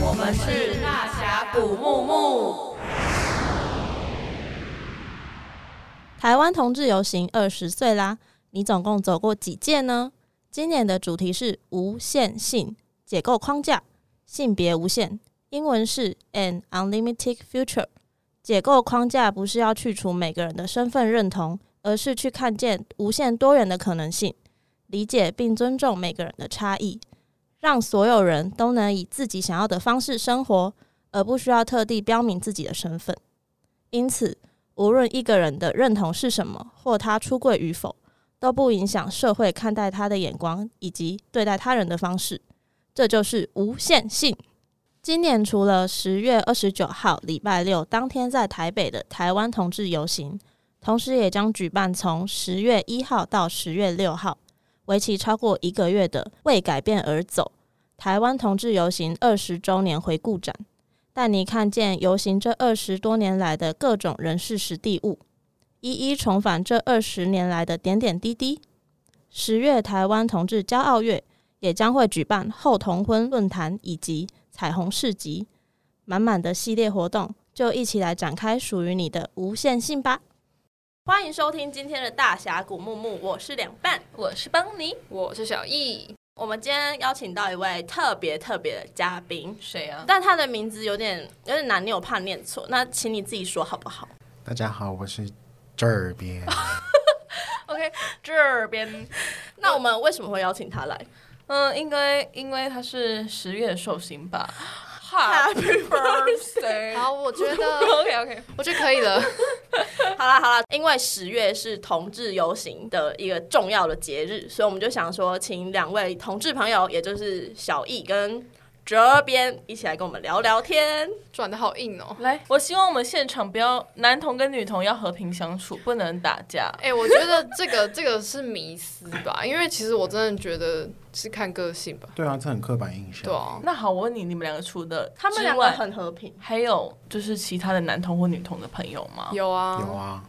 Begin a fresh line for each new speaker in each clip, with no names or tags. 我们是大峡谷木木。
台湾同志游行二十岁啦，你总共走过几届呢？今年的主题是无限性解构框架，性别无限，英文是 an unlimited future。解构框架不是要去除每个人的身份认同，而是去看见无限多元的可能性，理解并尊重每个人的差异，让所有人都能以自己想要的方式生活，而不需要特地标明自己的身份。因此，无论一个人的认同是什么，或他出柜与否，都不影响社会看待他的眼光以及对待他人的方式。这就是无限性。今年除了十月二十九号礼拜六当天在台北的台湾同志游行，同时也将举办从十月一号到十月六号，为期超过一个月的“为改变而走”台湾同志游行二十周年回顾展。带你看见游行这二十多年来的各种人事实地物，一一重返这二十年来的点点滴滴。十月台湾同志骄傲月也将会举办后同婚论坛以及彩虹市集，满满的系列活动，就一起来展开属于你的无限性吧！欢迎收听今天的大峡谷木木，我是两半，
我是邦尼，
我是小易，
我们今天邀请到一位特别特别的嘉宾，
谁啊？
但他的名字有点有点难念，我怕念错。那请你自己说好不好？
大家好，我是这边。
OK，这边，
那我们为什么会邀请他来
嗯，应该因为他是十月寿星吧
？Happy
birthday！
好，我觉 得
，OK OK，
我觉得可以了。
好啦好啦，因为十月是同志游行的一个重要的节日，所以我们就想说，请两位同志朋友，也就是小易跟哲边，一起来跟我们聊聊天。
转的好硬哦。
来，我希望我们现场不要男童跟女童要和平相处，不能打架。
哎、我觉得这个这个是迷思吧，因为其实我真的觉得是看个性吧。
对啊，这很刻板印象。
对啊，
那好，我问你，你们两个除的
他们两个很和平。
还有就是其他的男童或女童的朋友吗？
有啊，
有。啊，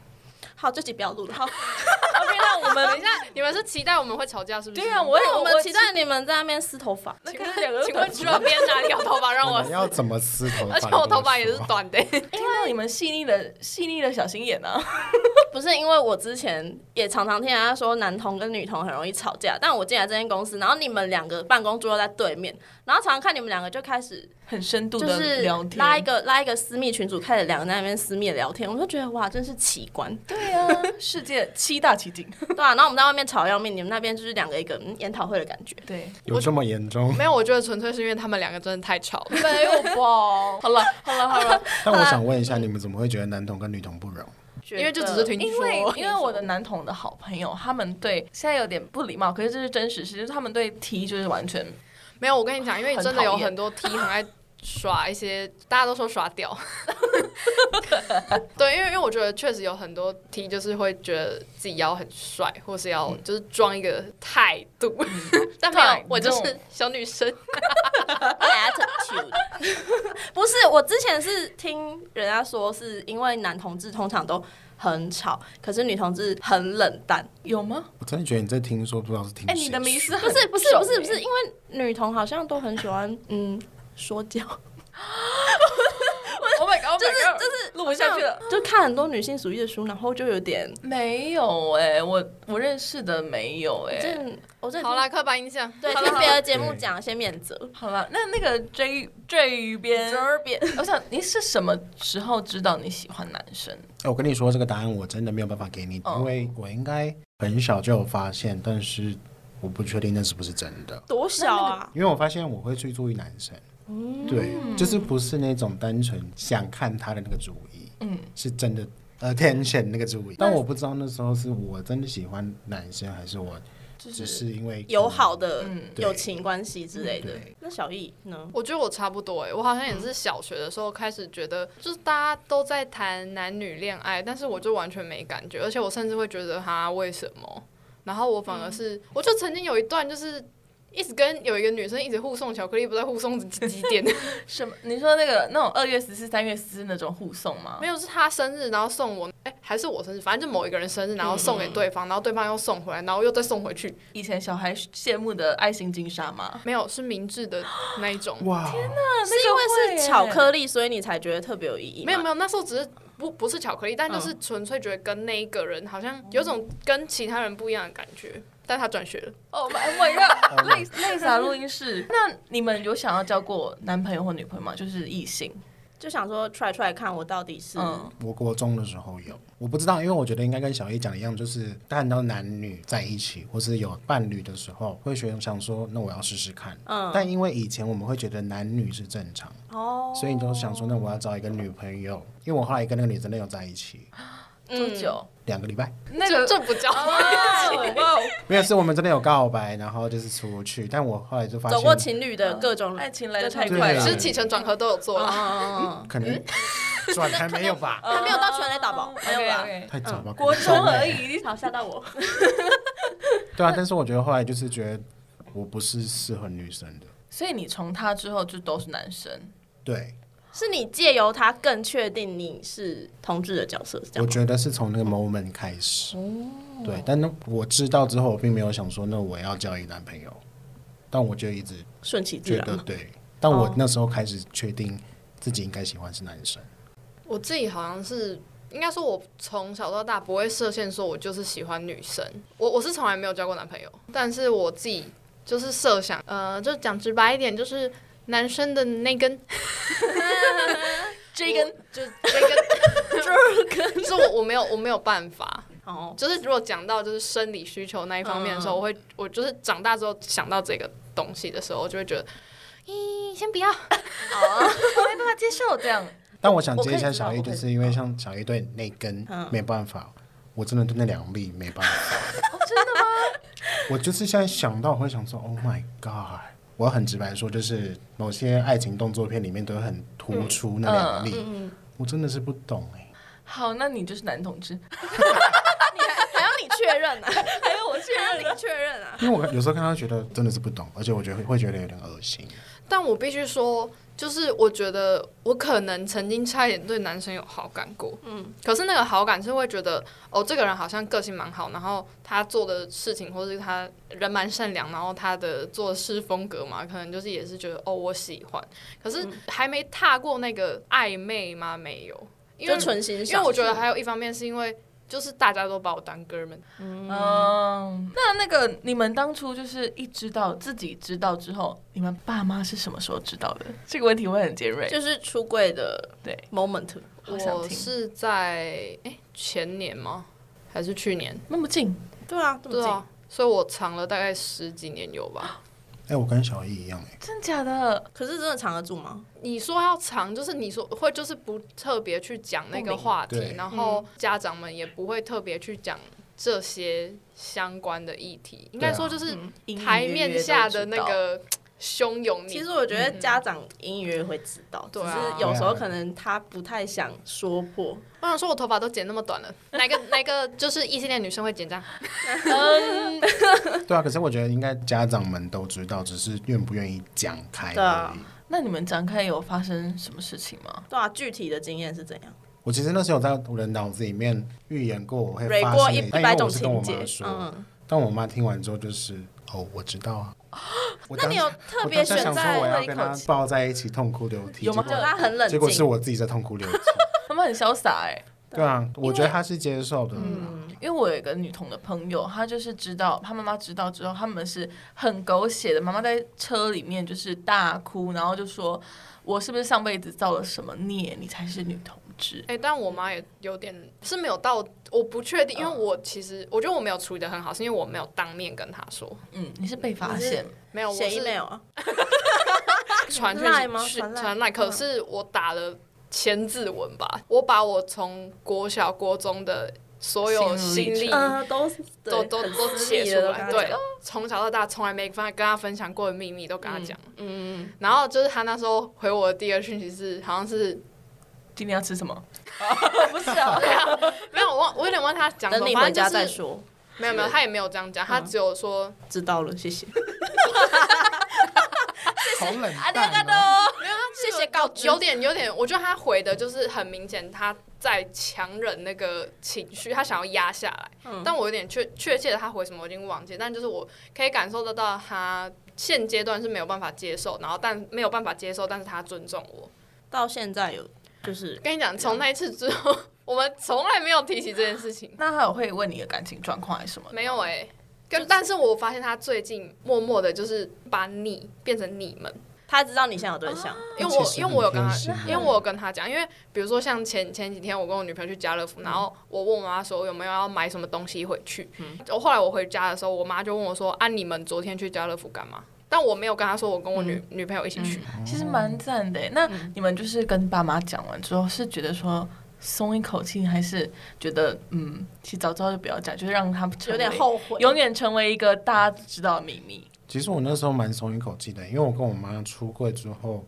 好，这集不要录了。好，
OK，那我 们
等一下，你们是期待我们会吵架是不是？
对啊，我也
那 我
我
们期待你们在那边撕头发。
那可是两个都
请问主要编哪里有头发让
我
我
们？要怎么撕头发？
而且我头发也是
你跟说啊。
短的、
听到你们细腻的细腻的小心眼啊。
不是因为我之前也常常听人家说男同跟女同很容易吵架，但我进来这间公司，然后你们两个办公桌在对面，然后常常看你们两个就开始
很深度
就
的
是
聊天，
拉一个拉一个私密群组，开始两个在那边私密聊天，我就觉得哇，真是奇观，
对啊， 世界七大奇景，
对啊，然后我们在外面吵要命，你们那边就是两个一个嗯研讨会的感觉。
对，
有这么严 重？
没有，我觉得纯粹是因为他们两个真的太吵 了。
没有吧？ 啊好了好了好了，
但我想问一下，你们怎么会觉得男同跟女同不容？
因
因为就只 是听
因
说
为因为我的男童的好朋友，他们对现在有点不礼貌，可是这是真实事，就是他们对 T 就是完全
没有，我跟你讲，因为
很
真的有
讨厌
很多 T 很爱耍一些， 大家都说耍 屌。对，因为因为我觉得确实有很多 T 就是会觉得自己要很帅，或是要
嗯
就是装一个态度， 但没
态
有
度，
我就是小女生。
attitude，不是我之前是听人家说是因为男同志通常都很吵，可是女同志很冷淡。
有吗？
我真的觉得你在听说，不知道是听
哎、
谁
你的迷思
不是不是不是不是，因为女童好像都很喜欢嗯说教，
，Oh my God，
就是
就
就是
录不下去了。
就看很多女性主义的书，然后就有点
没有哎、我我认识的没有哎、
这我这
好啦，刻板印象。
对
好啦
听
好啦
别的节目讲先免责，
好了，那那个 J J 边，
责别
我想你是什么时候知道你喜欢男生？
哎，我跟你说，这个答案我真的没有办法给你，
哦
因为我应该很小就有发现，但是我不确定那是不是真的。
多小啊！
因为我发现我会去注意男生，对，就是不是那种单纯想看他的那个主意，
嗯，
是真的呃 attention 那个主意。但我不知道那时候是我真的喜欢男生，还是我只是因为
友好的
嗯
对嗯
友情关系之类的
对。
那小易呢？
我觉得我差不多哎、我好像也是小学的时候开始觉得，就是大家都在谈男女恋爱，但是我就完全没感觉，而且我甚至会觉得哈为什么？然后我反而是，我就曾经有一段就是一直跟有一个女生一直互送巧克力，不知道互送几几点，
什么？你说那个那种二月十四、三月四那种互送吗？
没有是她生日，然后送我，哎、还是我生日，反正就某一个人生日，然后送给对方，然后对方又送回来，然后又再送回去，
以前小孩羡慕的爱心金沙吗？
没有是明治的那一种，
哇，天哪！
是因为是巧克力，所以你才觉得特别有意义吗。
没有没有，那时候只是不不是巧克力，但就是纯粹觉得跟那一个人好像有种跟其他人不一样的感觉。但他转学了，
哦，我一个累累死啊！录音室。那你们有想要交过男朋友或女朋友吗？就是异性，
就想说 try try 看我到底是、
嗯，
我国中的时候有，我不知道，因为我觉得应该跟小叶讲的一样，就是看到男女在一起或是有伴侣的时候，会学想说，那我要试试看。嗯，但因为以前我们会觉得男女是正常，
哦，
所以你就想说，那我要找一个女朋友。因为我后来跟那个女生那有在一起
多久？
两个礼拜，
那
这
个
这不 叫。
哇哦，
没有，是我们真的有告白，然后就是出去，但我后来就发
走过
现，
情侣的各种
爱情来的太
对
快
啊
其
了哦
实。起承转合都有做啦。
嗯，
可能 转还没有吧，
还没有到全垒打吧？没有吧？
OK，OK
太早吧，
嗯国中哎而
已。
已，
好吓到我，
对啊，但是我觉得后来就是觉得我不是适合女生的，
所以你从他之后就都是男 生。
对，
是你借由他更确定你是同志的角色，是这
我
样吗？
觉得是从那个 moment 开
哦
始。对，但那我知道之后，我并没有想说那我要交一男朋友，但我就一直
顺其自
觉
然
得
嘛。
对，但我那时候开始确定自己应该喜欢是男生。
哦
我自己好像是，应该说，我从小到大不会设限，说我就是喜欢女生。我我是从来没有交过男朋友，但是我自己就是设想，呃，就讲直白一点，就是男生的那根
这根
就 这根这根，是我我没有我没有办法。
哦，
就是如果讲到就是生理需求那一方面的时候，
嗯
我会我就是长大之后想到这个东西的时候，我就会觉得，咦，先不要。
我没办法接受这样。
但我想
我可
接
以
一下
知道
小
我可
易，
以
就是因为像小易对那根
嗯
没办法，我真的对那两粒没 办法。
哦
真的吗？ 我就是现在想到我会想说，Oh my God！我很直白说，就是某些爱情动作片里面都会很突出那两
嗯
粒，我真的是不懂哎、
好，那你就是男同志。
你还还要你确认啊？
还有我确
还
认
要你确认啊？
因为我有时候看到觉得真的是不懂，而且我觉得会觉得有点恶心。
但我必须说，就是我觉得我可能曾经差一点对男生有好感过，嗯，可是那个好感是会觉得，哦，这个人好像个性蛮好，然后他做的事情或者是他人蛮善良，然后他的做事风格嘛，可能就是也是觉得，哦，我喜欢。可是还没踏过那个暧昧吗？没有，因为
就纯欣
因为
赏。
我觉得还有一方面是因为。就是大家都把我当哥们，
嗯，那那个你们当初就是一知道自己知道之后，你们爸妈是什么时候知道的？ 这个问题会很尖锐。
就是出柜的
对
moment，
好想
我
听
是在哎、前年吗？还是去年？
那么近，
对啊，这么
对
近，
啊，所以我藏了大概十几年有吧。
哎、我跟小易一 样哎、
真假的？
可是真的藏得住吗？
你说要藏，就是你说会，就是不特别去讲那个话
不明
题
对，
然后家长们也不会特别去讲这些相关的议题。应该说就是
嗯隐隐
台
约约
面
都
下
知
的那
道
个汹涌，
其
你
实我觉得家长隐隐约约会知道，只
对啊
是有时候可能他不太想说破。
我想说，我头发都剪那么短了， 哪个哪个就是异性恋女生会剪这样？
对啊，可是我觉得应该家长们都知道，只是愿不愿意讲开
对啊
而已。
那你们展开有发生什么事情吗？
对啊，具体的经验是怎样？
我其实那时候有在我的脑子里面预言过我会
蕊
发
过
生
一
的，
一
但因
百
为
种
我是跟
情
我
节
妈，说，
嗯，
但我妈听完之后就是哦，我知道 啊。我
那
当
你
时
有特别
我当时
选
想说我
在
要
一
跟
口
她
气？
抱在一起痛哭流涕，
有吗
结
就
果
他很冷
结果是
静，
我自己在痛哭流 涕。
他们很潇洒哎、
对啊，我觉得她是接受的啦。
嗯
因为我有一个女童的朋友，她就是知道她妈妈知道之后，他们是很狗血的。妈妈在车里面就是大哭，然后就说：“我是不是上辈子造了什么孽，你才是女同志
哎、但我妈也有点是没有到，我不确定，因为我其实我觉得我没有处理的很好，是因为我没有当面跟她说，？”
嗯，你是被发现，
没有，我
写
是
email 啊，
传讯
赖吗
息去
传赖
传赖，可
嗯
是我打了千字文吧，我把我从国小、国中的所
心
有心
路历
历
嗯
呃，都是
都都都写出
对很私密
来，，
的都跟他
对
讲，
从小到大从来没跟他跟他分享过的秘密都跟他讲。
嗯，
然后就是他那时候回我的第一个讯息是，好像是
今天要吃什么？
不是 啊，
没有我忘，我有点忘他讲什
等
么，
你
反
回
正
家
就
再
是
说。嗯
没有没有，他也没有这样讲，他只有说
知道了，谢谢。
好冷
啊
阿
淡、
嘎
哦。
多，
谢谢告知，有点有点，我觉得他回的就是很明显他在强忍那个情绪，他想要压下来。但我有点确确切的他回什么我已经忘记，但就是我可以感受得到他现阶段是没有办法接受，然后但没有办法接受，但是他尊重我。
到现在有就是
跟你讲，从那一次之后，我们从来没有提起这件事情，
那他有会问你的感情状况还是什么的？
没有哎、跟但是我发现他最近默默的，就是把你变成你们，
他知道你现在有对象，
因为我
其实啊
因为我有跟他
很贴心，
因为我有跟他讲，因为比如说像前前几天我跟我女朋友去家乐福，
嗯
然后我问我妈说有没有要买什么东西回去，
嗯
我后来我回家的时候，我妈就问我说啊你们昨天去家乐福干嘛？但我没有跟她说我跟我
嗯
女、女朋友一起去，
其实蛮赞的耶。欸那你们就是跟爸妈讲完之后，是觉得说松一口气，还是觉得嗯，其实早知道就不要讲，就是让他们成
有点
为
后悔，
永远成为一个大家知道的秘密。
其实我那时候蛮松一口气的，因为我跟我妈出柜之后，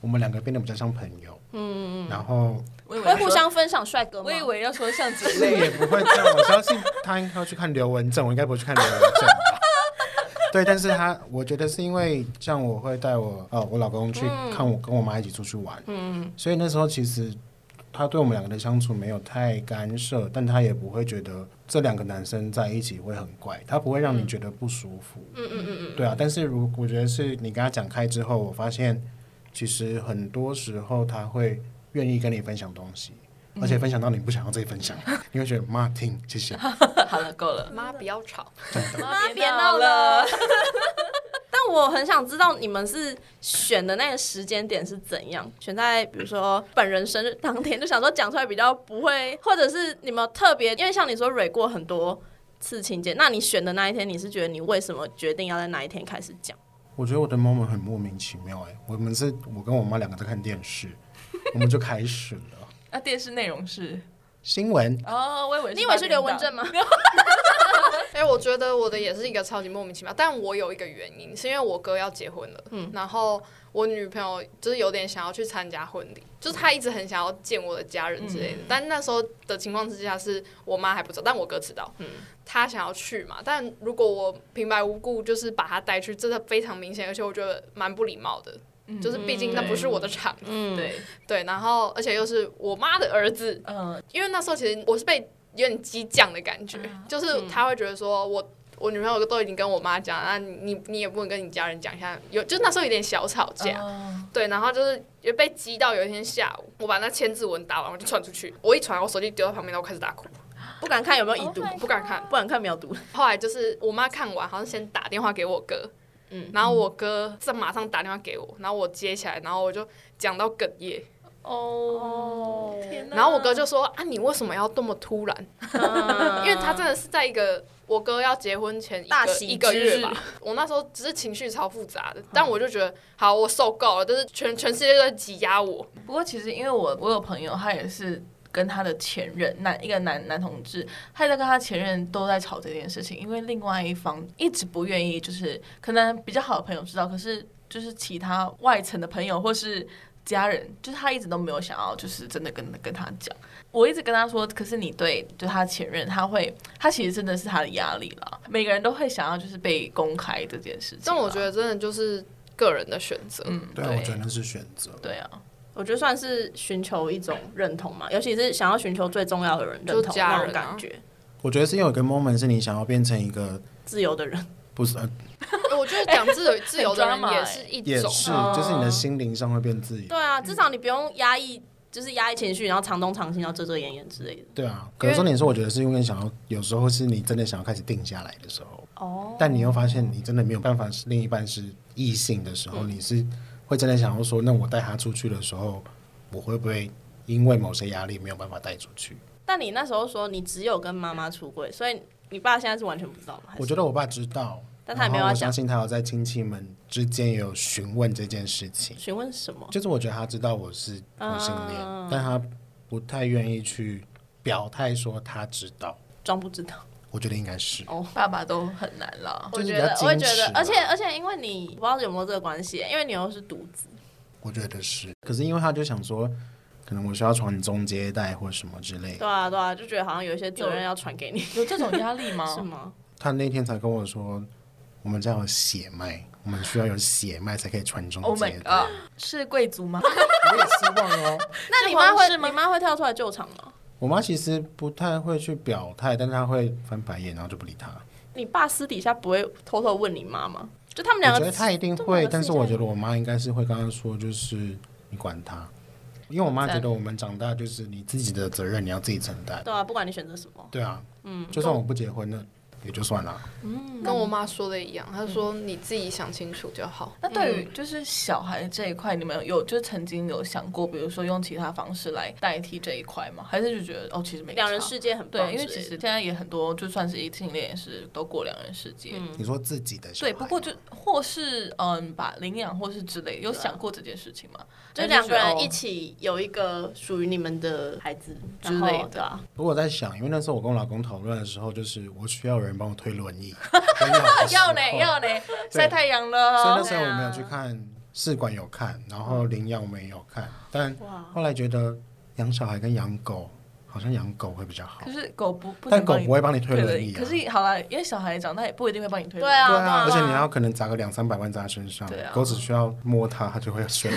我们两个变得比较像朋友。嗯，然后
我以为
会
要说
互，相分享帅哥吗？
我以为要说像姐
这
妹，
也不会这样。我相信他应该要去看刘文正，我应该不会去看刘文正 吧。对，但是他，我觉得是因为像我会带我呃我老公去
嗯
看我跟我妈一起出去玩，嗯，所以那时候其实他对我们两个的相处没有太干涉，但他也不会觉得这两个男生在一起会很怪，他不会让你觉得不舒服，
嗯嗯嗯
对啊。但是如我觉得是你跟他讲开之后，我发现其实很多时候他会愿意跟你分享东西，
嗯
而且分享到你不想要自己分享，你会觉得妈听谢谢。
好了，够了
嗯，。妈不要 吵，
妈啊别
闹
闹 了。但我很想知道你们是选的那个时间点是怎样，选在比如说本人生日当天，就想说讲出来比较不会，或者是你们特别，因为像你说蕊过很多次情节，那你选的那一天，你是觉得你为什么决定要在哪一天开始讲？
我觉得我的 moment 很莫名其妙哎、我们是我跟我妈两个在看电视，我们就开始了
那电视内容是
新闻。
哦，我以为
你以为是刘文正
吗？
吗？
哎、我觉得我的也是一个超级莫名其妙，但我有一个原因，是因为我哥要结婚了，
嗯
然后我女朋友就是有点想要去参加婚礼，就是她一直很想要见我的家人之类
嗯
的，但那时候的情况之下是我妈还不知道，但我哥知道，
嗯
他想要去嘛，但如果我平白无故就是把他带去，真的非常明显，而且我觉得蛮不礼貌的，就是毕竟那不是我的场，
嗯，
对，
对，然后而且又是我妈的儿子，
嗯，
因为那时候其实我是被有点激将的感觉，就是他会觉得说我我女朋友都已经跟我妈讲，那你你也不能跟你家人讲一下，有就那时候有点小吵架，
嗯
对，然后就是也被激到有一天下午，我把那千字文打完，我就传出去，我一传我手机丢到旁边，然后我开始大哭，
不敢看有没有已读
Oh my
不敢看，
不敢看秒读，
后来就是我妈看完，好像先打电话给我哥，
嗯
然后我哥再马上打电话给我，然后我接起来，然后我就讲到哽咽，
哦，天哪
然后我哥就说啊，你为什么要这么突然？
嗯
因为他真的是在一个我哥要结婚前一
大
个
喜
一个
之
月
日
吧，我那时候只是情绪超复杂的，但我就觉得好，我受够了，就是全全世界都在挤压我，
不过其实因为我我有朋友，他也是跟他的前任男一个男男同志，他也在跟他前任都在吵这件事情，因为另外一方一直不愿意，就是可能比较好的朋友知道，可是就是其他外层的朋友或是。家人就是他一直都没有想要，就是真的跟跟他讲。我一直跟他说，可是你对就他前任，他会他其实真的是他的压力啦。每个人都会想要就是被公开这件事情啦。啊
但我觉得真的就是个人的选择。
嗯，
对啊，我觉得那是选择。
对啊，
我觉得算是寻求一种认同嘛，尤其是想要寻求最重要的人认
就
同
家人啊
那种感觉，
我觉得是有一个 moment 是你想要变成一个
自由的人。
不是、呃、
我觉得讲自由自由的人
drama
也
欸
是一
也
种，啊
是，就是你的心灵上会变自由
对。啊，至少你不用压抑，就是压抑情绪，然后藏东藏西，然后遮遮掩掩之类的。
对啊，可是重点是，我觉得是因为想要，有时候是你真的想要开始定下来的时候，
哦，
但你又发现你真的没有办法，是另一半是异性的时候，
嗯
你是会真的想要说，那我带他出去的时候，我会不会因为某些压力没有办法带出去？
但你那时候说你只有跟妈妈出轨，所以你爸现在是完全不知道吗？还是
我觉得我爸知道，
但他也没有
然
要
后我
讲
相信他有在亲戚们之间也有询问这件事情，
询问什么？
就是我觉得他知道我是同性恋，
啊
但他不太愿意去表态说他知道。
装不知道。
我觉得应该是，
爸爸都很难啦。
就是
觉
比较
得，我也
矜
觉
持
得
啊，
而且而且，因为你我不知道有没有这个关系，因为你又是独子，
我觉得是。可是因为他就想说，可能我需要传宗接代或什么之类的。
对啊对啊，就觉得好像有一些责任要传给你，哦
有这种压力吗？
是吗？
他那天才跟我说，我们家有血脉，我们需要有血脉才可以传宗
Oh
接
my
代。
god，是贵族 吗？
我也希望哦。
那你
是
妈
皇
会
室吗
你妈会跳出来救场吗？
我妈其实不太会去表态，但是她会翻白眼，然后就不理他。
你爸私底下不会偷偷问你妈吗？就他们
我
两个
觉得她一定
这么
会
有，
但
私
是
下
我觉得我妈应该是会刚刚说，就是你管她，因为我妈觉得我们长大就是你自己的责任，你要自己承担。
对啊，不管你选择什么，
对啊，嗯，就算我不结婚那也就算了。啊
跟我妈说的一样，她说你自己想清楚就 好。
那对
嗯
于就是小孩这一块，你们有就是曾经有想过，比如说用其他方式来代替这一块吗？还是就觉得哦，其实没
两人
差
世界很棒
对，因为
之
其
类
实
的
现在也很多，就算是异性恋也是都过两人世界。
嗯
你说自己的小
对，
孩，
不过就或是嗯，把领养或是之类，有想过这件事情吗？
啊就
还是
两个
觉得
人
哦
一起有一个属于你们的孩子
之
然后
类的
对啊，
不过我在想，因为那时候我跟我老公讨论的时候，就是我需要有人帮我推轮 椅，很老的时候
要
哦
呢要呢，晒太阳了
所以那
哦。
时候我没有去看试管有看，然后领养我们也有看，但后来觉得养小孩跟养狗，好像养狗会比较好
可。是狗不，不
但
能
狗
帮你
不会帮你推轮
轮
椅啊
可是好了，因为小孩长大也不一定会帮你推轮椅。
对啊
对
当然
啊，而且
啦
你要可能砸个两三百万在它身上
对，啊
狗只需要摸它，它就会 睡。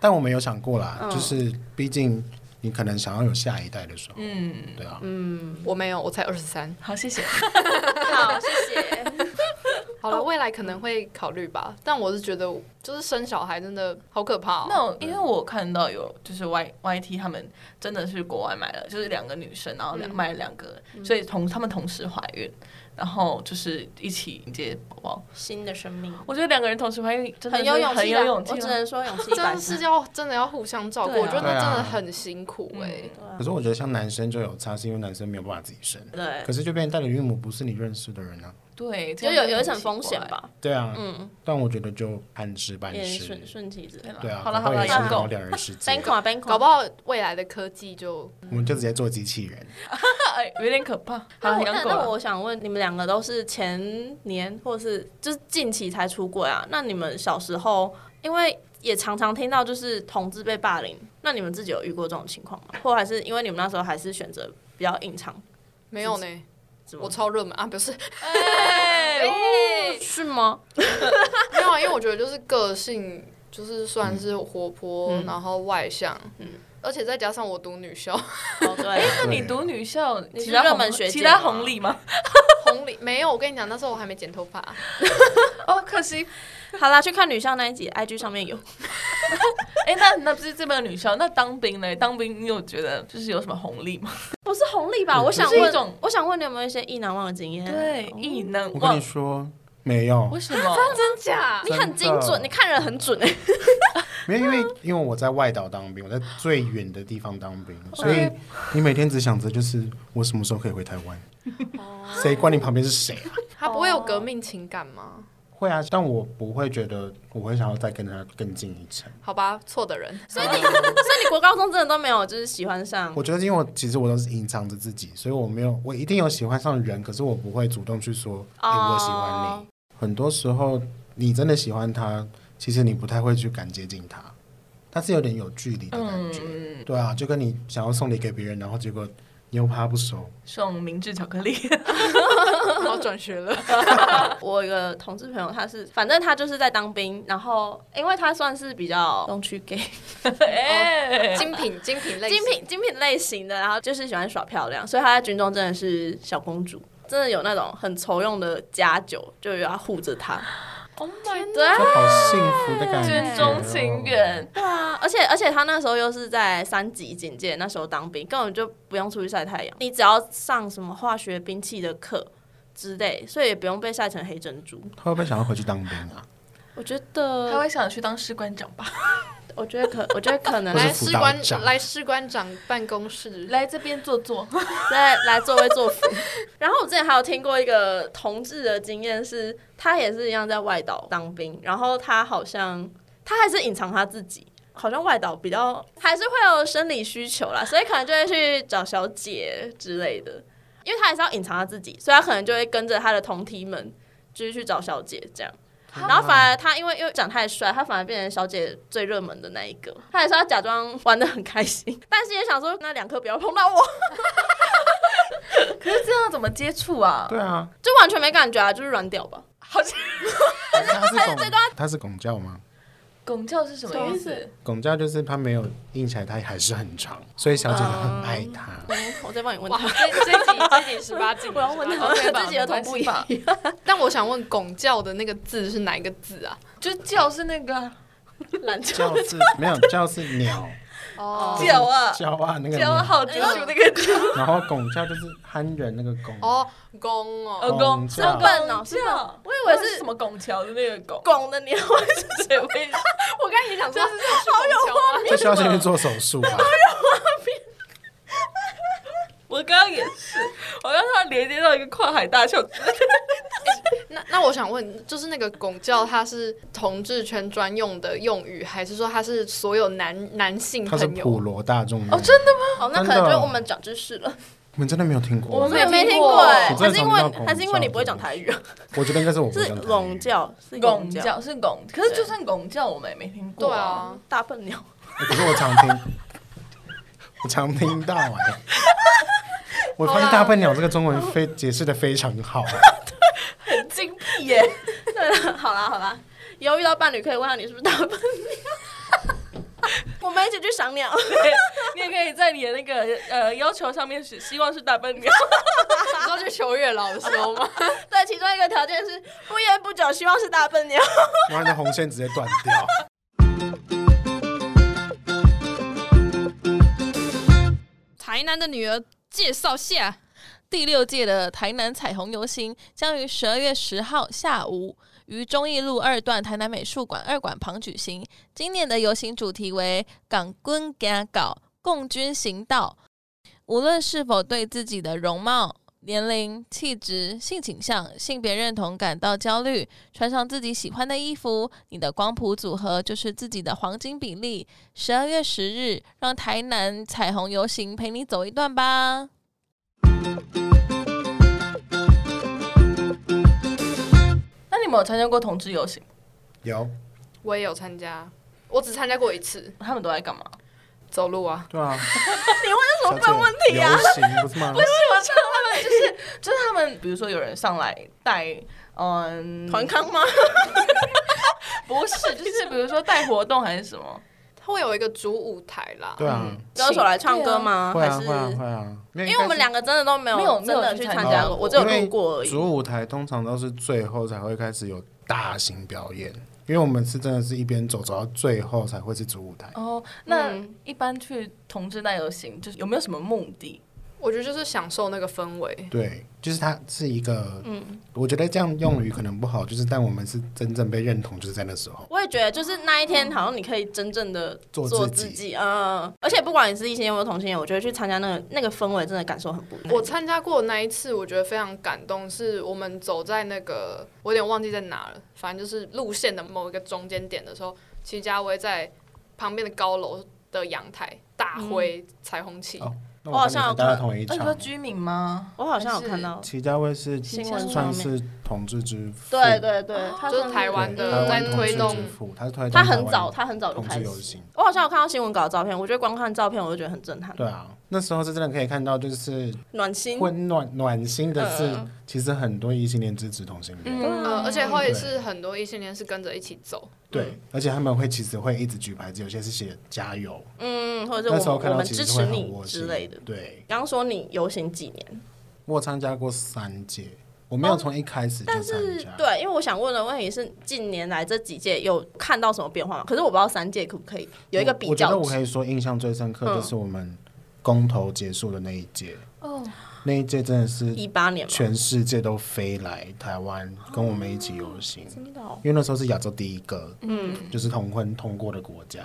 但我们有想过
嗯
啦，就是毕竟你可能想要有下一代的时候，
嗯，哦
对啊，
我没有，我才二十三。
好，谢谢。
好，谢谢。
好了，未来可能会考虑吧，但我是觉得就是生小孩真的好可怕、哦。
那我因为我看到有就是 Y Y T 他们真的是国外买了，就是两个女生，然后
嗯
两、买了两个，所以同他们同时怀孕，然后就是一起迎接宝宝。
新的生 命，
我觉得两个人同时怀孕真的
很
是
有勇气啊，
很有勇气
我
啊。
只能说勇 气
真
百
的
足
是。要真的要互相照顾，
对啊
我觉得真的很辛苦
嗯
哎、
可是我觉得像男生就有差，是因为男生没有办法自己生，
对，啊
可是就变成代理孕母不是你认识的人啊。
对，
就有有一层风险。吧，
对啊，
嗯
但我觉得就半知半
也
失，
顺顺其自然。
对啊，
好了
搞不
好了，
也是
养
搞
狗，
两人世界，
bank 啊 bank，
搞不好未来的科技就
我们就直接做机器人。
哎，有点可怕。好啊了，
那我
养
那
狗
那
了。
我想问，你们两个都是前年或是就是近期才出柜啊？那你们小时候，因为也常常听到就是同志被霸凌，那你们自己有遇过这种情况吗？或还是因为你们那时候还是选择比较隐藏？
没有呢。
怎么
我超热门啊，不 是，
哎哦是吗？
没有啊，因为我觉得就是个性就是算是活泼，然后外向，而且再加上我读女 校，
哦，对啊，
哎那你读女校，
你是
其他
热
红
门学姐
其他
吗
红利吗？
红领没有，我跟你讲，那时候我还没剪头发，
哦，可惜。
好啦，去看女校那一集，IG 上面有。
哎，那那不是这边的女校，那当兵呢？当兵你有觉得就是有什么红利吗？
不是哦红利吧？我想
就是一
问
种，
我想问你有没有一些意难忘的经验？
对，异能
我跟
忘
你。说，没有
为，什么？
真假？
你很精
真的
准，你看人很 准哎、
没有，因为因为我在外岛当兵，我在最远的地方当兵，
哦
所以你每天只想着就是我什么时候可以回台湾，
哦
谁管你旁边是谁啊？
他不会有革命情感吗？
会啊，但我不会觉得我会想要再跟他更进一层。
好吧，错的人，
所以 你，所以你国高中真的都没有就是喜欢上
我觉得，因为我其实我都是隐藏着自己，所以我没有，我一定有喜欢上人，可是我不会主动去说，哎、我喜欢你。很多时候，你真的喜欢他，其实你不太会去敢接近他，他是有点有距离的感觉。
嗯
对啊，就跟你想要送礼给别人，然后结果你又怕他不熟，
送明治巧克力。
然后转学 了，
我有一个同志朋友，他是反正他就是在当兵，然后因为他算是比较东区 gay
哎，
精品啊精品类型，
精品精品类型的，然后就是喜欢耍漂亮，所以他在军中真的是小公主，真的有那种很愁用的家酒，就要护着 他。
Oh my
对啊
就好幸福的感觉、哦
军中情。缘，
对啊，而且而且他那时候又是在三级警戒，那时候当兵根本就不用出去晒太阳，你只要上什么化学兵器的课之类，所以也不用被晒成黑珍珠。
他会不会想要回去当兵啊？
我觉得
他会想去当士官长吧？
我觉得可，我觉得可能
或是
来
辅
士
导
官
长
来士官长办公室，
来这边坐坐。
来 来作威作福。然后我之前还有听过一个同志的经验是，他也是一样在外岛当兵，然后他好像他还是隐藏他自己。好像外岛比较还是会有生理需求啦，所以可能就会去找小姐之类的，因为他还是要隐藏他自己，所以他可能就会跟着他的同体们，就是去找小姐这样。然后反而他因为又长太帅，他反而变成小姐最热门的那一个。他还说他假装玩的很开心， 但是也想说那两颗不要碰到我。
可是这样怎么接触啊？
对啊，
就完全没感觉啊，就是软屌吧。
好像
还是拱他是拱教吗？
拱教是什么意思？
拱教就是他没有硬起来，他还是很长，所以小姐都很爱他。
嗯我再帮你问
哇，
他，
这这集这集十八禁，
我要问
18禁
他
对吧
自己的头部一样。
但我想问“拱教”的那个字是哪一个字啊？
就教是那个啊
懒觉
教是没有教是鸟，
哦
教啊，
教啊那个
教
鸟，
好久哎那个教，
然后拱教就是憨人那个拱。啊
哦，公
呃
哦，
拱
是那个
脑是吗
我以为啊是什么拱桥的那个拱，
拱的鸟，
对，我也是
我刚才也想说，这是好有画面，
这需要先去做手术吧？
我刚刚也是，我刚刚连接到一个跨海大桥，
那那我想问，就是那个“拱教”，它是同志圈专用的用语，还是说它是所有男男性
他是
朋
普
友？
罗大众
哦真
的吗？
哦，那可能就是我们长知识了。
你们真的没有听过？
我
我
没
们
有
也
听
没听
过
过哎，
我真
还
的
是因为
想不到
还是因为你不会讲
拱教
台语啊？
我觉得应该是我不
是
讲台语
拱，教，是
拱
教，
教是拱，可是就算拱教我们也没听过，
对，啊，
大笨鸟。
欸可是我常听， 我常听到哎、我发现大笨鸟这个中文非解释的非常好，啊
很精辟耶，
对了，好啦好啦，以后遇到伴侣可以问他你是不是大笨鸟。 我们一起去赏鸟，
你也可以在你的那个呃要求上面是希望是大笨鸟，
你说去求月老的时候吗？
对，其中一个条件是不烟不酒，希望是大笨鸟。
我让的红线直接断掉。
台南的女儿介绍下，
第六届的台南彩虹游行将于十二月十号下午于忠义路二段台南美术馆二馆旁举行。今年的游行主题为“港棍敢搞，共军行道”。无论是否对自己的容貌、年龄、气质、性倾向、性别认同感到焦虑，穿上自己喜欢的衣服，你的光谱组合就是自己的黄金比例。十二月十日，让台南彩虹游行陪你走一段吧。那你们有参加过同志游行？
有，
我也有参加，我只参加过一次，
他们都在干嘛？
走路啊。
对啊，
你
小
问这什么
姐
笨问题啊？
游行不是吗？
我知道他们就是就是他们，比如说有人上来带嗯
团康吗？
不是，就是比如说带活动还是什么？
它会有一个主舞台啦，
对啊，
歌手来唱歌吗？
会
还
啊
是
会啊会啊，因
因为我们两个真的都没
没有
有真的去参加
没有去参加
过，
过
我只有路过而已。
主舞台通常都是最后才会开始有大型表演，因为我们是真的是一边走走到最后才会是主舞台。
哦，那
嗯
一般去同志大游行，就是有没有什么目的？
我觉得就是享受那个氛围。
对，就是它是一个，
嗯
我觉得这样用语可能不好，就是但我们是真正被认同，就是在那时候。
我也觉得，就是那一天，好像你可以真正的
做
做
自己
己，嗯，而且不管你是异性恋或同性恋，我觉得去参加那个那个氛围，真的感受很不一样。
我参加过那一次，我觉得非常感动，是我们走在那个我有点忘记在哪了，反正就是路线的某一个中间点的时候，齐家威在旁边的高楼的阳台大挥
嗯
彩虹旗，
哦那
我好
跟你
像有
是搭
看哎
同一
那你说
场。
居民吗？
我好像有看到，
齐家威是
新闻上
算
面
是同志之父，
对对对，他
就是
算
台湾
对
的
台
在
湾同
推
志
动
之。父，他是推动
他
台
很
湾
早，他很早就
同
开
志
始
游。行。
我好像有看到新闻稿的照片，我觉得光看照片我就觉得很震撼，
对啊，那时候是真的可以看到，就是
暖心。
温暖暖心的是，
嗯
其实很多异性恋支持同性恋，
呃，而且会是很多异性恋是跟着一起走，
对，而且他们会其实会一直举牌子，有些是写加油，
嗯，或者
那
是
时候
我
看
们我
到
们
其
支
实
持
会很
你
窝心
之类的。
对，
刚刚说你游行几年，
我参加过三届，我没有从一开始
哦
就
但
参
是
加，
对，因为我想问的问题是，近年来这几届有看到什么变化吗？可是我不知道三届可不可以有一个比
我觉
较
得我
值嗯
可以说印象最深刻就是我们公投结束的那一届，
哦，
那一届真的是
一八年吗？
全世界都飞来台湾跟我们一起游行，
真的哦、
因为那时候是亚洲第一个，嗯，就是同婚通过的国家，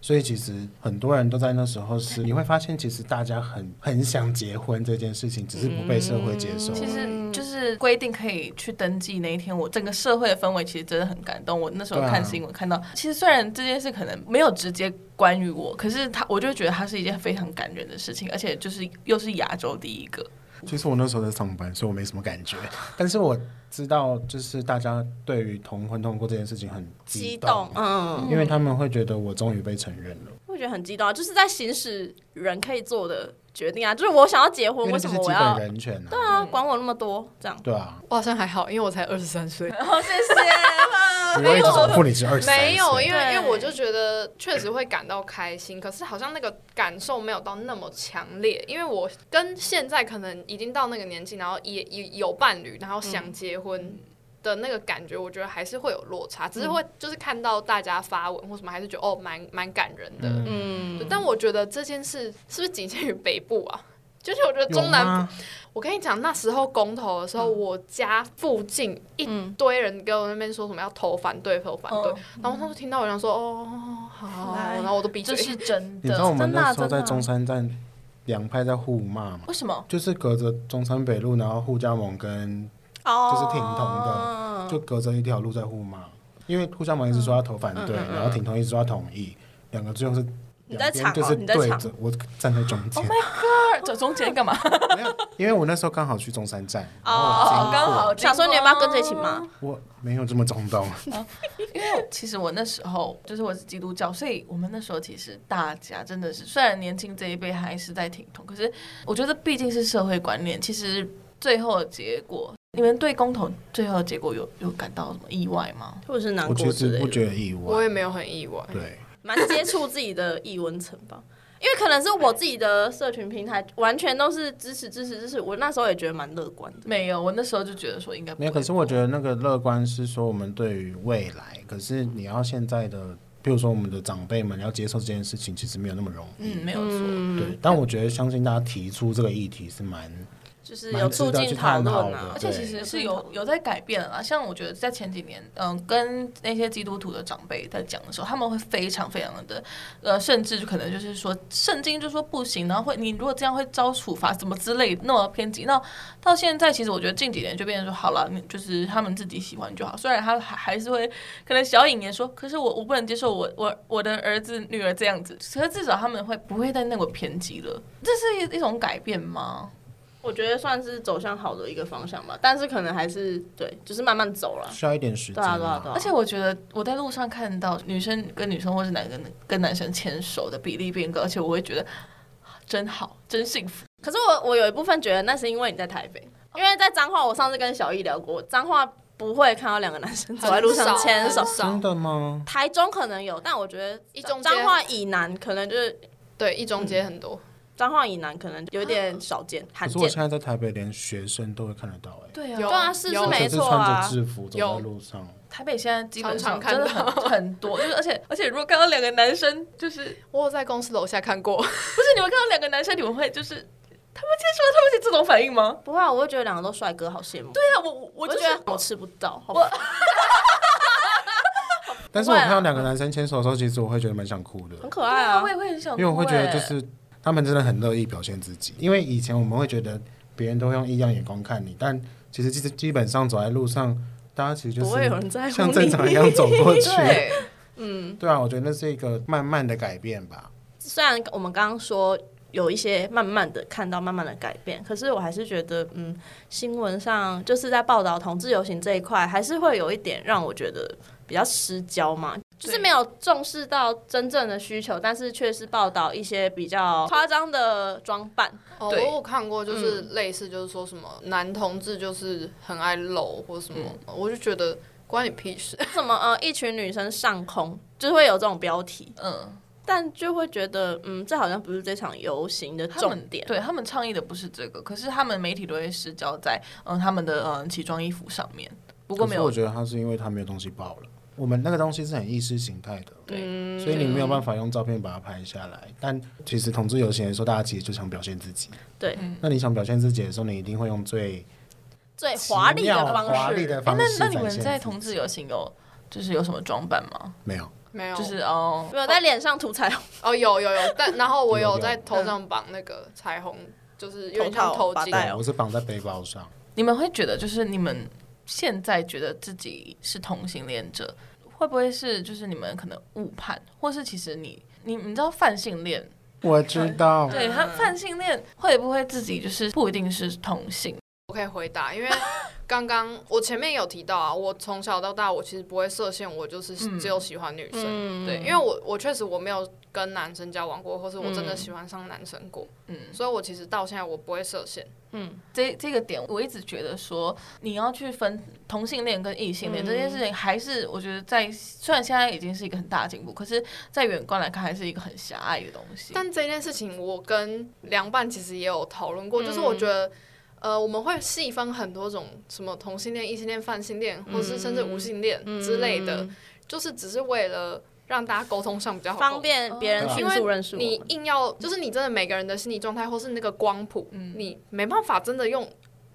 所以其实很多人都在那时候是，你会发现其实大家很很想结婚这件事情，只是不被社会接受。
其实就是规定可以去登记那一天，我整个社会的氛围其实真的很感动。我那时候
对啊
看新闻看到，其实虽然这件事可能没有直接关于我，可是他我就觉得它是一件非常感人的事情，而且就是又是亚洲第一个。
其实我那时候在上班，所以我没什么感觉，但是我知道就是大家对于同婚通过这件事情很
激
激
动，嗯，
因为他们会觉得我终于被承认了，
我觉得很激动啊，就是在行使人可以做的决定啊，就是我想要结婚，
因
为
为
什么
这是
我
基
要
本？人权啊，
对啊，管我那么多，这样。
对啊，
我好像还好，因为我才二十三岁。
好，谢谢。
你会一直重复你是二十三
没有，因为
对
因为我就觉得确实会感到开心，可是好像那个感受没有到那么强烈，因为我跟现在可能已经到那个年纪，然后也也有伴侣，然后想结婚的那个感觉，我觉得还是会有落差，只是会就是看到大家发文或什么，还是觉得哦，蛮蛮感人的。
嗯
嗯
对但我觉得这件事是不是仅限于北部啊？就是我觉得中
有
南部
吗
我跟你讲，那时候公投的时候，我家附近一堆人跟我那边说什么要投反对，投反对。
嗯
然后他们听到有人说哦，好好，好
来
然后我都闭嘴
这。是真
你知道我
的。
们那时
真的
候在
啊
中山站，两派在互骂嘛，
为什么？
就是隔着中山北路，然后互加盟
嗯
跟
哦
就是挺同的，就隔着一条路在互骂，因为互加盟一直说要投反
嗯
对，然后挺同一直说要统一，两个最后是。
你在
两
抢
边
哦
就是
你在
对
抢 Oh
着我站在中间，
二走中间干 嘛？
没有因为我那时候刚好去中山站，然后我经
哦
过
刚好
想说你要不要跟着一起骂？
我没有这么 冲动，
其实我那时候就是我是基督教，所以我们那时候其实大家真的是，虽然年轻这一辈还是在挺同，可是我觉得毕竟是社会观念，其实最后的结果，你们对公投最后的结果有有感到什么意外吗？
或者是难
我
过
其
之
实
类
不
的，
觉得意
我
外，
也没有很意外。
对，
蛮接触自己的异温层吧。因为可能是我自己的社群平台完全都是支持支持支持，我那时候也觉得蛮乐观的。
没有，我那时候就觉得说应该不会
没有。可是我觉得那个乐观是说我们对于未来，可是你要现在的，比如说我们的长辈们要接受这件事情，其实没有那么容易，
嗯，没有错。
对。但我觉得相信大家提出这个议题是蛮
就是有促进讨
蛮值得去探
论
讨
啊
的
而，且其实是有有在改变了啦，像我觉得在前几年，嗯、跟那些基督徒的长辈在讲的时候，他们会非常非常的，呃，甚至可能就是说圣经就说不行，然后会你如果这样会遭处罚，怎么之类的那么偏激。那到现在，其实我觉得近几年就变成说好了，你就是他们自己喜欢就好。虽然他还还是会可能小引言说，可是我我不能接受我我我的儿子女儿这样子，可是至少他们会不会再那么偏激了？这是一一种改变吗？
我觉得算是走向好的一个方向吧。但是可能还是对，就是慢慢走了。
需要一点时间
对
啊。
啊，对啊，对啊。
而且我觉得我在路上看到女生跟女生或是男跟跟男生牵手的比例变高，而且我会觉得啊真好，真幸福。
可是我我有一部分觉得那是因为你在台北，因为在彰化，我上次跟小易聊过，彰化不会看到两个男生走在路上牵手
很。少
真的吗？
台中可能有，但我觉得
一中街
彰化以南可能就是
对，一中街很多，
彰化以南可能有点少见、
可
罕
是我
见
现。在在台北，连学生都会看得到哎、
对
有
对啊，是
有
是没
甚至
错
穿着
啊。
制服走
有
在路上，
台北现在基本上
常常看
真的
到
很很多，就是而且 而且如果看到两个男生，就是不
我有在公司楼下看过。
是你们看到两个男生，你们会就是他们牵手，他们是这种反应吗？
不会啊，我会觉得两个都帅哥，好羡慕。对，
对啊，我我我
我
就
就是觉得我吃不到，好
我
但是我看到两个男生牵手的时候，其实我会觉得蛮想哭的，
很可
对
爱
啊，
啊
我。也会很想哭
因为我会觉得
欸
就是他们真的很乐意表现自己，因为以前我们会觉得别人都会用异样眼光看你，但其实基基本上走在路上，大家其实就
不会有人
是
在乎
像
你
正常一样走过 去。
对，
对啊，我觉得那是一个慢慢的改变吧。
虽然我们刚刚说有一些慢慢的看到慢慢的改变，可是我还是觉得，嗯，新闻上就是在报道同志游行这一块，还是会有一点让我觉得比较失焦嘛，就是没有重视到真正的需求，但是却是报道一些比较夸张的装扮。
哦，我
对
有看过，就是类似，就是说什么男同志就是很爱搂或什么，我就觉得关你屁事。
什么呃，一群女生上空，就是会有这种标题，
嗯，
但就会觉得，嗯，这好像不是这场游行的
他
重
们
点。
对他们倡议的不是这个，可是他们媒体都会失焦在嗯他们的嗯奇装异服上面。不过
可
没
是
有
我觉得他是因为他没有东西爆了。我们那个东西是很意识形态的，
对
嗯
所以你没有办法用照片把它拍下来。但其实同志游行的时候，大家其实就想表现自己。
对
那你想表现自己的时候，你一定会用最
最哎华丽的方
奇妙华丽
式，
的
哎，
方
那
式
那
展现自
你
己。
们在同志游行有就是有什么装扮吗？
没有？
没有，
就是哦，
没有在脸上涂彩虹。
哦，有有有，但然后我
有
有
有
在头
嗯
上绑那个彩虹，就是有
头
点
套
像头
绑
巾
带
哦
哦
对，我是绑在背包上。
你们会觉得就是你们现在觉得自己是同性恋者，会不会是就是你们可能误判，或是其实你你你知道泛性恋，
我知
嗯
道，
啊
对他泛性恋会不会自己就是不一定是同性？
我可以回答，因为刚刚我前面有提到啊，我从小到大我其实不会设限，我就是只有喜欢女生，
嗯
对，因为我我确实我没有跟男生交往过，或是我真的喜欢上男生过，
嗯
所以我其实到现在我不会设限，
这这个点，我一直觉得说，你要去分同性恋跟异性恋、这
嗯
件事情，还是我觉得在虽然现在已经是一个很大的进步，可是，在远观来看，还是一个很狭隘的东西。
但这件事情我跟凉拌其实也有讨论过，就是我
嗯
觉得。呃，我们会细分很多种，什么同性恋、异性恋、泛性恋，或是甚至
嗯
无性恋之类的，就是只是为了让大家沟通上比较好沟通
方便别人
哦
迅
因
啊
速
为
认识我
你
们。
硬要，就是你真的每个人的心理状态，或是那个光谱，
嗯
你没办法真的用，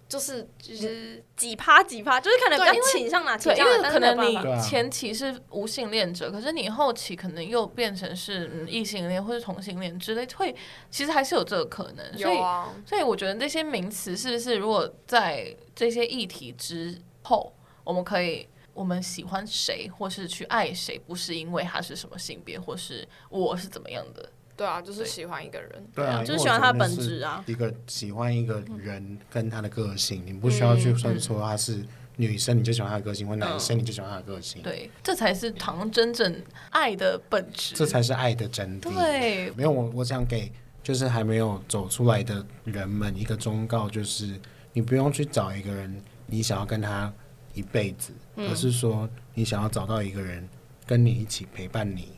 就是
就是几趴几趴，就是可能比较
对因为
倾向哪倾
对，因
向
为
哪，但
可
是没有
能
办法。
对
你
啊
前期是无性恋者，可是你后期可能又变成是嗯异性恋或是同性恋之类，会其实还是有这个可
呃
能。所以
有，啊，
所以我觉得这些名词是不是如果在这些议题之后，我们可以我们喜欢谁或是去爱谁，不是因为他是什么性别或是我是怎么样的，
对啊，就是
对
喜欢一个人，
对
啊
啊，
就是
因为
喜欢
我
他
觉得
本
是
质啊
一个喜欢一个人跟他的个性，你不需要去算说他是女生你就喜欢他的个性，或男
嗯
生你就喜欢他的个性，
对，这才是好像真正爱的本质。
这才是爱的真谛。
啊
对，
没有我，我想给就是还没有走出来的人们一个忠告，就是你不用去找一个人，你想要跟他一辈子，
嗯
而是说你想要找到一个人跟你一起陪伴你，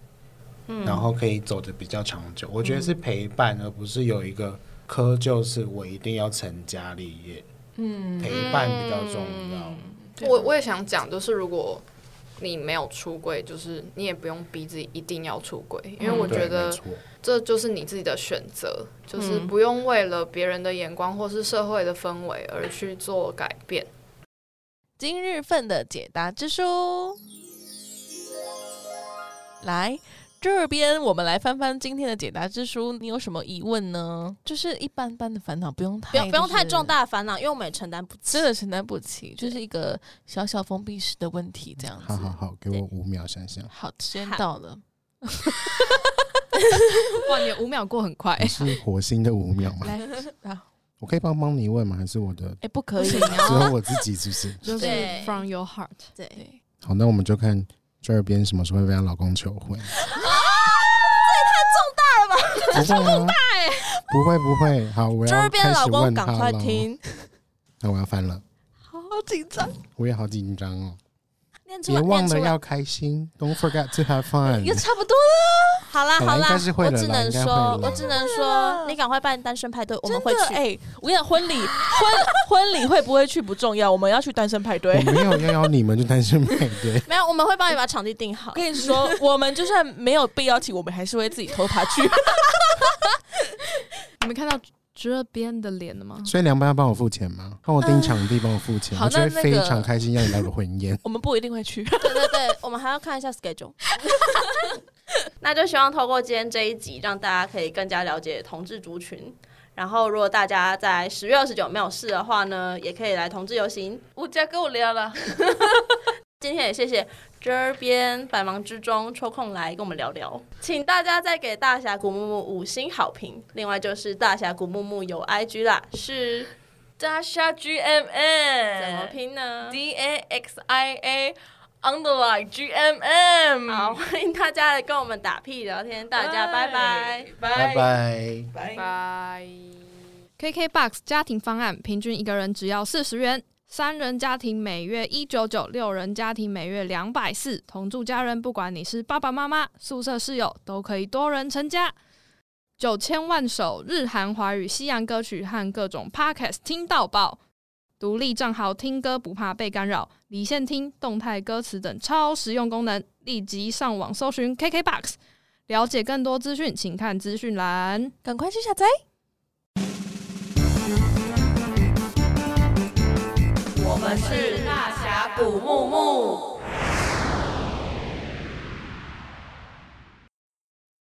嗯
然后可以走得比较长久。我觉得是陪伴，而不是有一个窠臼，是我一定要成家立业。嗯，陪伴比较重要。
我我也想讲，就是如果你没有出柜，就是你也不用逼自己一定要出柜，因为
嗯
我
对
觉
没
得
错
这就是你自己的选择，就是
嗯
不用为了别人的眼光或是社会的氛围而去做改变。
今日份的解答之书。来，这边我们来翻翻今天的解答之书，你有什么疑问呢？就是一般般的烦恼，不用太
不用不用太
就是
重大的烦恼，因为我们也承担不起。
真的承担不起，就是一个小小封闭式的问题这样子。
好好好，给我五秒想想。
好，时间
好
到了。
哇，你的五秒过很快
你是火星的五 秒吗？
来，啊，
我可以帮帮你问吗？还是我的
哎，不可以，
啊
只有我自己是不是？
就是 from
from
your heart。
对，
好，那我们就看这边什么时候会被她老公求 婚。这也太重大了吧！不会啊，不会不会。好，我
这
要
边
开
老
始
公
问
赶
他
快
了。
听，
那我要翻了，
好紧张，
我也好紧张哦。
念出
别
来，
忘
念
了
出来
要。开心，Don't forget to have fun
也。差不多了。
好啦
本
好
来应
啦
该是，会
我
的
只
啦
能
应该会
说，
的
我只能
啦
说，你赶快办单身派对，我们
真
会
的
去。
啊哎、我跟你讲，婚礼婚 婚礼会不会去不重要，我们要去单身派
我
对。
没有要邀你们就单身派对，
没有，我们会帮你把场地定好
我。跟你说，我们就算没有被邀请，我们还是会自己偷爬去。
你们看到这边的脸了吗？
所以凉拌要帮我付钱吗？帮我
呃
订场地，帮我付钱，
好
我就会
那那
非
个
常开心，要你来我的婚宴。
我们不一定会去。
对对对，我们还要看一下 schedule。那就希望透过今天这一集，让大家可以更加了解同志族群。然后，如果大家在十月二十九没有事的话呢，也可以来同志游行。
我家给我聊了，
今天也谢谢这边百忙之中抽空来跟我们聊聊，请大家再给大峡谷木木五星好评。另外就是大峡谷木木有 IG 啦，是
扎莎 G M
怎么
N，
拼啊呢？
D A X I A underline G M M。
好，，欢迎大家来跟我们打屁聊天，大家拜拜。，
拜拜。
拜
拜。
KKBOX 家庭方案平均一个人只要四十元，三人家庭每月一九九，六人家庭每月两百四。同住家人，不管你是爸爸妈妈、宿舍室友，都可以多人成家。九千万首日韩华语西洋歌曲和各种 podcast 听到爆，独立账号听歌不怕被干扰，离线听、动态歌词等超实用功能，立即上网搜寻 KKBOX，了解更多资讯，请看资讯栏。
赶快去下载。
我们是大峡谷木木。